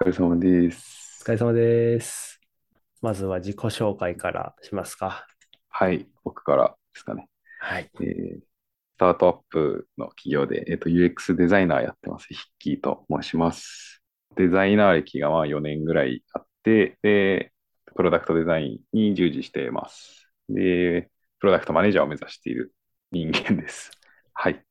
お疲れ様でおす。疲れ様です。まずは自己紹介からしますか。はい、僕からですかね。はい。えースタートアップの企業で、えっと、UX デザイナーやってます、ヒッキーと申します。デザイナー歴がまあ4年ぐらいあって、で、プロダクトデザインに従事しています。で、プロダクトマネージャーを目指している人間です。 はい。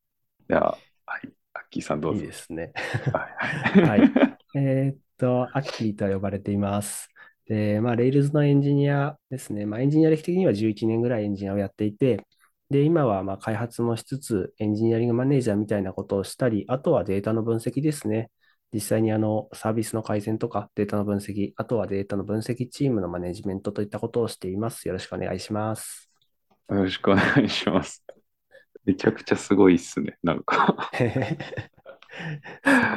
では、はい、アッキーさんどういいぞ。ですね。はい。はい えーっと、アッキーと呼ばれています。で、まあ、Rails のエンジニアですね。まあ、エンジニア歴的には11年ぐらいエンジニアをやっていて、で、今はまあ開発もしつつ、エンジニアリングマネージャーみたいなことをしたり、あとはデータの分析ですね。実際にあのサービスの改善とかデータの分析、あとはデータの分析チームのマネジメントといったことをしています。よろしくお願いします。よろしくお願いします。めちゃくちゃすごいっすね。なん かす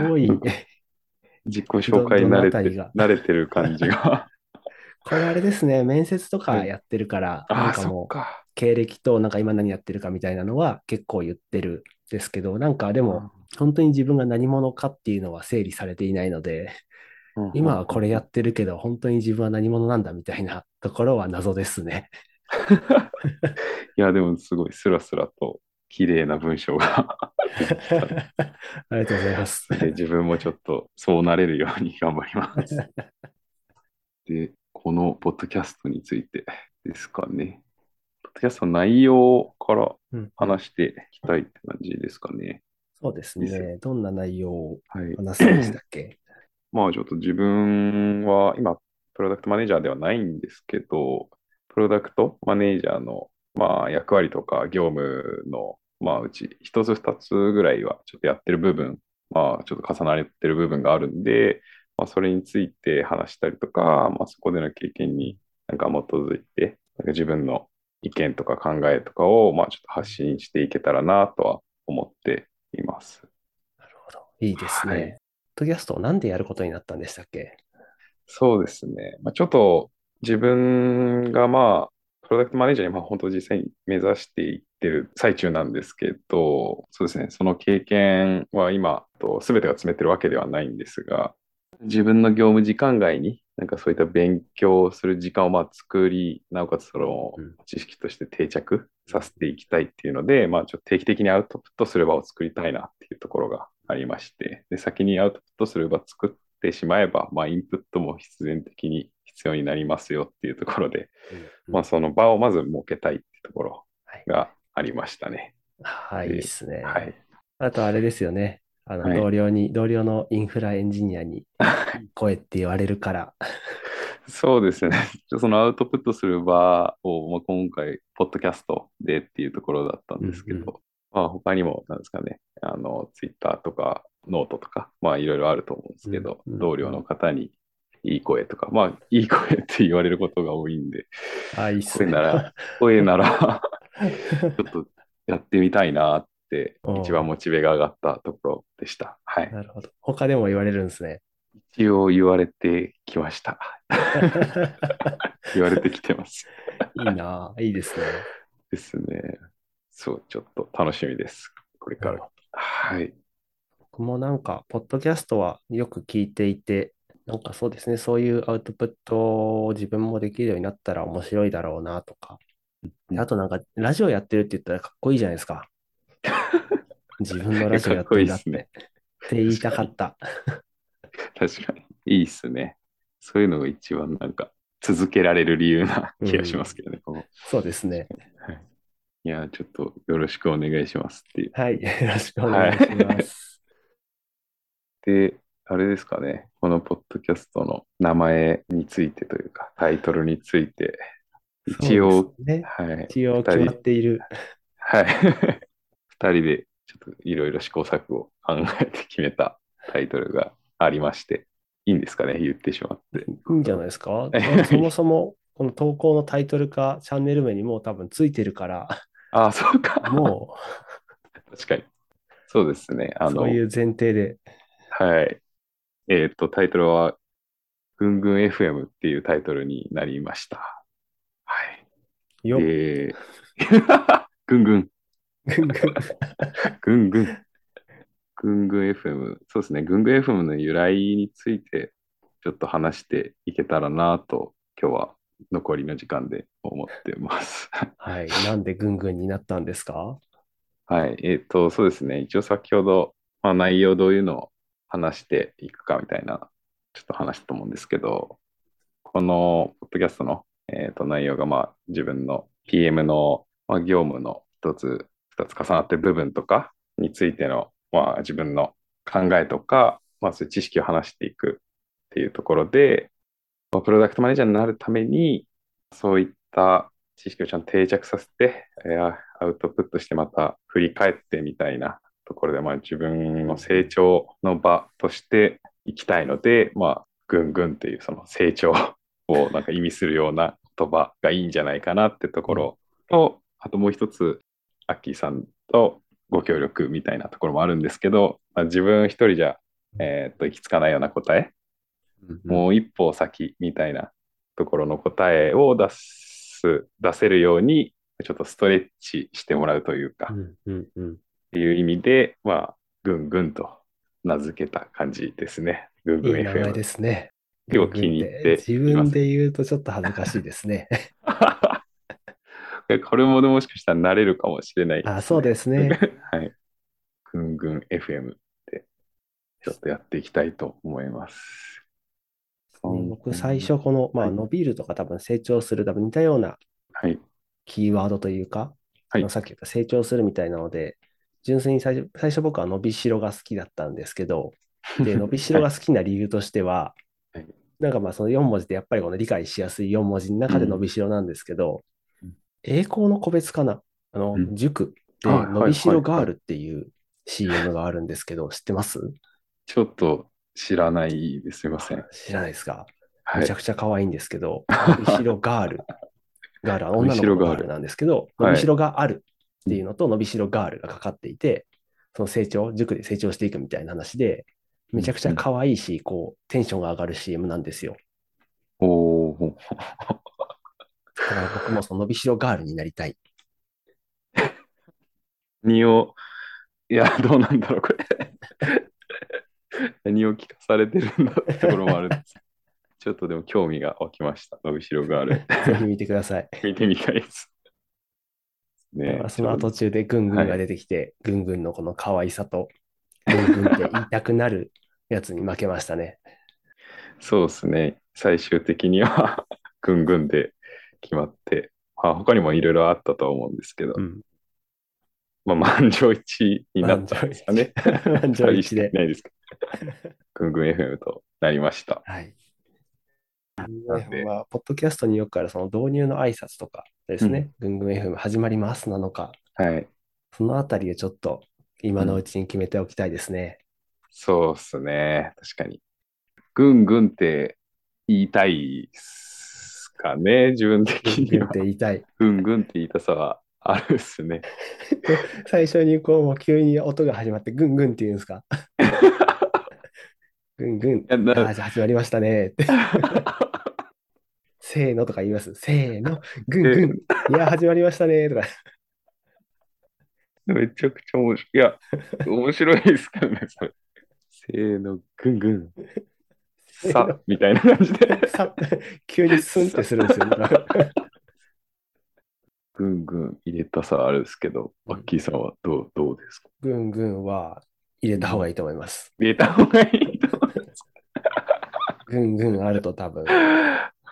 ごい、うん自己紹介慣れどどのあたてりが慣れてる感じが。これあれですね、面接とはかいやってるから、あなあ、んかそっもうか。経歴となんか今何やってるかみたいなのは結構言ってるんですけど、なんかでも本当に自分が何者かっていうのは整理されていないので、うん今はこれやってるけど、本当に自分は何者なんだみたいな ところは謎で すね。いや、でもすごい、スラスラと綺麗な文章がありがとうございます。 で、自分もちょっとそうなれるように頑張ります。 で、このポッドキャストについてですかね。ポッドキャストの内容からうん話していきたいって感じですかね。そうですいいっすね。どんな内容をはい。話すんでしたっけまあちょっと自分は今、プロダクトマネージャーではないんですけど、プロダクトマネージャーのまあ役割とか業務のまあうち一つ二つぐらいはちょっとやってる部分、まあちょっと重なってる部分があるんで、まあそれについて話したりとか、まあそこでの経験になんか基づいて、なんか自分の意見とか考えとかをまあちょっと発信していけたらなとは思っています。なるほど。いいですはいね。ポッドキャストをなんでやることになったんでしたっけそうですね。まあ、ちょっと自分がまあ、プロダクトマネージャーにまあ本当実際に目指していってる最中なんですけど、そうですね、その経験は今、と全てが詰めてるわけではないんですが、自分の業務時間外に、なんかそういった勉強をする時間をまあ作り、なおかつそのうん知識として定着させていきたいっていうので、まあ、ちょっと定期的にアウトプットする場を作りたいなっていうところがありまして、で先にアウトプットする場作ってしまえば、まあ、インプットも必然的に必要になりますよっていうところで、まあ、その場をまず設けたいってところがありましたね。はい、いいっすね。はい。あとあれですよね。あの、はい同僚に、同僚のインフラエンジニア に、声って言われるから。そうですね。 そのアウトプットする場を、まあ、今回、ポッドキャストでっていうところだったんですけど、うんうんまあ、他にも、なんですかね、あの、ツイッターとか、ノートとか、まあ、いろいろあると思うんですけど、うんうん同僚の方に、いい声とか、まあ、いい声って言われることが多いんで、あ、いいっす声ね。な ら、声なら、ちょっとやってみたいなってお、う一番モチベが上がったところでした。はい。なるほど。他でも言われるんですね。 一応言われてきました。言われてきてます。 いいなあいいですね。ですね。そう、ちょっと楽しみです。これから。はい。僕もなんか、ポッドキャストはよく聞いていて、なんかそうですね、そういうアウトプットを自分もできるようになったら面白いだろうなとか。うんあとなんか、ラジオやってるって言ったらかっこいいじゃないです か。自分のラジオやってるんだっいやて。って言いたかった。確かに。いいっすね。そういうのが一番なんか続けられる理由なうん気がしますけどね。このそうですね。いやー、ちょっとよろしくお願いしますっていう。はい、よろしくお願いします。で、あれですかね。このポッドキャストの名前についてというか、タイトルについて、 一そう応、ですね、はい。一応決まっている。はい。 二人でちょっといろいろ試行錯誤を考えて決めたタイトルがありまして、いいんですかね、言ってしまって。いいんじゃないで すかはいそもそも、この投稿のタイトルかチャンネル名にもう多分ついてるから、ああ、そうか。も確かに。そうですね。あう、の、そういう前提で。はい。えっ、と、タイトルは、ぐんぐん FM っていうタイトルになりました。はい。よ、えー、 ぐんぐん、ぐんぐん。ぐんぐん FM。そうですね。ぐんぐん FM の由来についてちょっと話していけたらなと、今日は残りの時間で思ってます。 はい。なんでぐんぐんになったんですかはい、えっと、そうですね。一応先ほど、まあ、内容どういうのを話していくかみたいな、ちょっと話したと思うんですけど、このポッドキャストの、えっと、内容が、まあ、自分の PM の、まあ、業務の一つ、二つ重なってる部分とかについての、まあ、自分の考えとか、まあ、そういう知識を話していくっていうところで、まあ、プロダクトマネージャーになるために、そういった知識をちゃんと定着させて、えーアウトプットしてまた振り返ってみたいなところで、まあ、自分の成長の場としていきたいので、まあ、ぐんぐんっていうその成長をなんか意味するような言葉がいいんじゃないかなってところと、あともう一つ、アッキーさんとご協力みたいなところもあるんですけど、まあ、自分一人じゃ、えーっと行き着かないような答えもう一歩先みたいなところの答えを出す、出せるように、ちょっとストレッチしてもらうというか、うっんうんうん。ていう意味で、まあ、ぐんぐんと名付けた感じですね。ぐんいぐんい名前 FM。ですね。結構気に入って自います分で言うとちょっと恥ずかしいですね。これもでもしかしたら慣れるかもしれないあ、そうでで すね。はい。ぐんぐん FM で、ちょっとやっていきたいと思います。うん僕最初この、まあ、はい伸びるとか多分成長する多分似たようなはい。キーワードというか、はいあのさっき言った成長するみたいなので、純粋に最初最初僕は伸びしろが好きだったんですけど、 で、伸びしろが好きな理由としては、はいなんかまあその4文字でやっぱりこの理解しやすい4文字の中で伸びしろなんですけど、うん栄光の個別かなあの、うん塾 ではいはい伸びしろガールっていう CM があるんですけど、知ってますちょっと知らないです。すいません。知らないですかはめいちゃ。くちゃ可愛いんですけ ど、伸びしろがある。ガールは女の子のガールなんですけど、はい伸びしろがあるっていうのと、伸びしろガールがかかっていて、その成長、塾で成長していくみたいな話で、めちゃくちゃ可愛いし、こう、テンションが上がる CM なんですよ。おー。だから僕もその伸びしろガールになりたい。何を、いや、 どうなんだろう、これ。 何を聞かされてるんだってところもあるんです。 ちょっとでも興味が湧きました。伸びしろがある。 ぜひ見てくだ さい。見てみたいです。ねその途中でぐんぐんが出てきて、ぐんぐんのこの可愛さと、ぐんぐんって言いたくなるやつに負けましたね。そうですね。最終的には、 ぐんぐんで決まって、まあ、他にもいろいろあったとは思うんですけど、うん。まあ、満場一致になったんですかね。満場一致で大していないですけど。 ぐんぐん FM となりました。はい。なんでまあ、ポッドキャストによくからその導入の挨拶とかですね、ぐんぐん FM 始まりますなのか、はい。そのあたりをちょっと今のうちに決めておきたいですね。そうっすね。確かに。ぐんぐんって言いたいっすかね。自分的ぐんにぐんはっ。て言いたい。ぐんぐんって言いたさはあるっすね。最初にこう、もう急に音が始まって、ぐんぐんって言うんです か。ぐんぐんい。やあなーじゃあ始まりました ね。って。せーのとか言います。せーの、ぐんぐん。いや、始まりましたね。とか。めちゃくちゃ面白い。いや、面白いですけどね、それ。せーの、ぐんぐん。さ、みたいな感じで。さ急にスンってするんですよ。ぐんぐん入れたさはあるんですけど、うんアッキーさんはどうどうですかぐんぐんは入れた方がいいと思います。入れた方がいいと思う。ぐんぐんあると多分、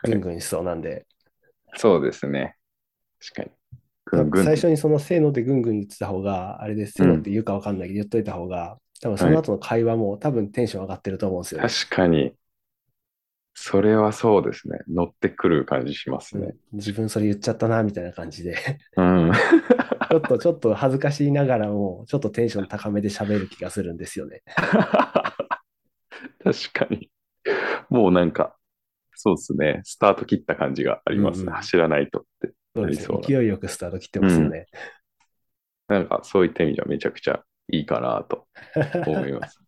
ぐんぐんしそうなんで。そうですね。確かに。ぐんぐんって最初にそのせーのでぐんぐん言ってた方が、あれです、せーのって言うかわかんないけど、言っといた方が、多分その後の会話も多分テンション上がってると思うんですよね。確かに。それはそうですね。乗ってくる感じしますうねん。自分それ言っちゃったな、みたいな感じで。 うん。 ちょっとちょっと恥ずかしいながらも、ちょっとテンション高めで喋る気がするんですよね。確かに。もうなんか、そうですね。スタート切った感じがありますね。うんうん走らないとって。そうですあねり。そう勢いよくスタート切ってますよね。なんか、そういった意味ではめちゃくちゃいいかなと思います。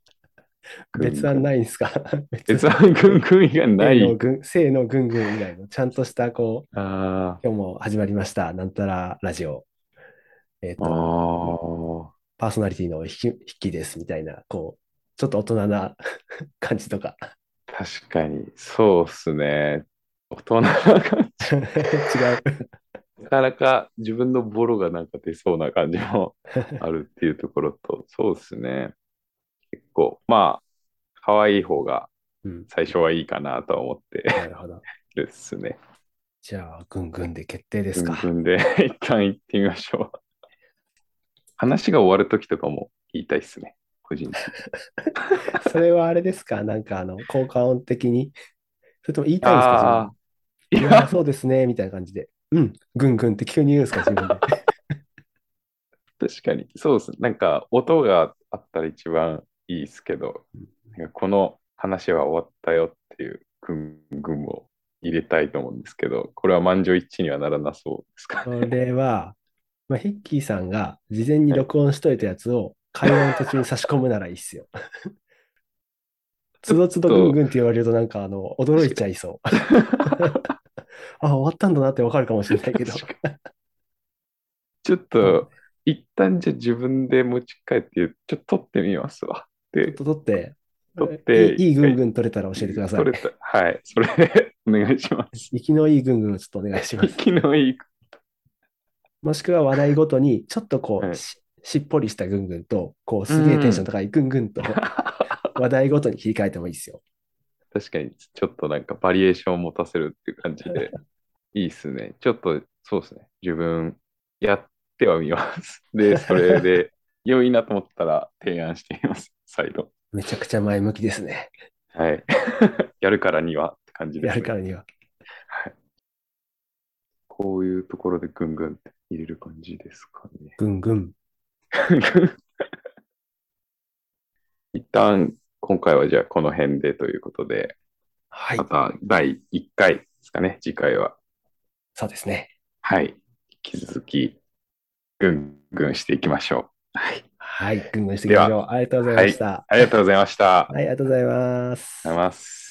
別案い。ないんですか別別案ぐんぐん以外な せーのい。ぐんせーのぐんぐん以外の、ちゃんとしたこう、あ今日も始まりました。なんたらラジオ。えっ、あ。あと、ーパー ソナリティの引き、引きですみたいな、こう、ちょっと大人な 感じとか。確かに、そうっすね。大人な感違う。じ、なかなか自分のボロがなんか出そうな感じも あるっていうところと、そうっすね。結構、まあ、可愛い方がうん。最初はいいかなとは思ってなるほど。るっすね。じゃあ、ぐんぐんで決定ですか。自分で 一旦行ってみましょう。話が終わるときとかも言いたいっすね。個人的に。それはあれですかなんか、あの、効果音的に。それとも言いたいんですかい自分でいや、や、そうですね、みたいな感じで。うん、ぐんぐんって急に言うんですか、自分で。確かに。そうっす。なんか、音があったら一番いいっすけど、なんかこの話は終わったよっていう群群を入れたいと思うんですけど、これは満場一致にはならなそうですかこね。れは、まあ、ヒッキーさんが事前に録音しといたやつを会話の途中に差し込むならいいっすよ。つどつどぐんぐんって言われるとなんかあの驚いちゃ いそう。あ、終わったんだなってわかるかもしれないけど。確かに ちょっと、一旦じゃあ自分で持ち帰って、ちょっと撮ってみますわ。ちょっと取って、撮っていいいいぐんぐん取れたら教えてくださいそ。れとはい、それでお願いしま。生きのいいぐんぐんをちょっとお願いし ます す。息のいい。もしくは話題ごとにちょっとこう、はいししっぽりしたぐんぐんと、こうすげえテンション高いぐん ぐんと話題ごとに切り替えてもいいですよ。確かに、ちょっとなんかバリエーションを持たせるっていう感じ で、いいっすね。ちょっと、そうですね。自分、やってはみます。 で、それで、良いなと思ったら提案してみます。再度。めちゃくちゃ前向きですね。はい。 やるからにはって感じでやす、るねか。らには。こういうところでぐんぐんって入れる感じですかね。 ぐんぐん。一旦、今回はじゃあこの辺でということで、はいま。た第1回ですかね、次回は。そうですね。はい。引き続き、ぐんぐんしていきましょう。はい。はい。ぐんぐんしていきましょう。ありがとうございました。ありがとうございました。ありはい、ありがとうございますがとうございます。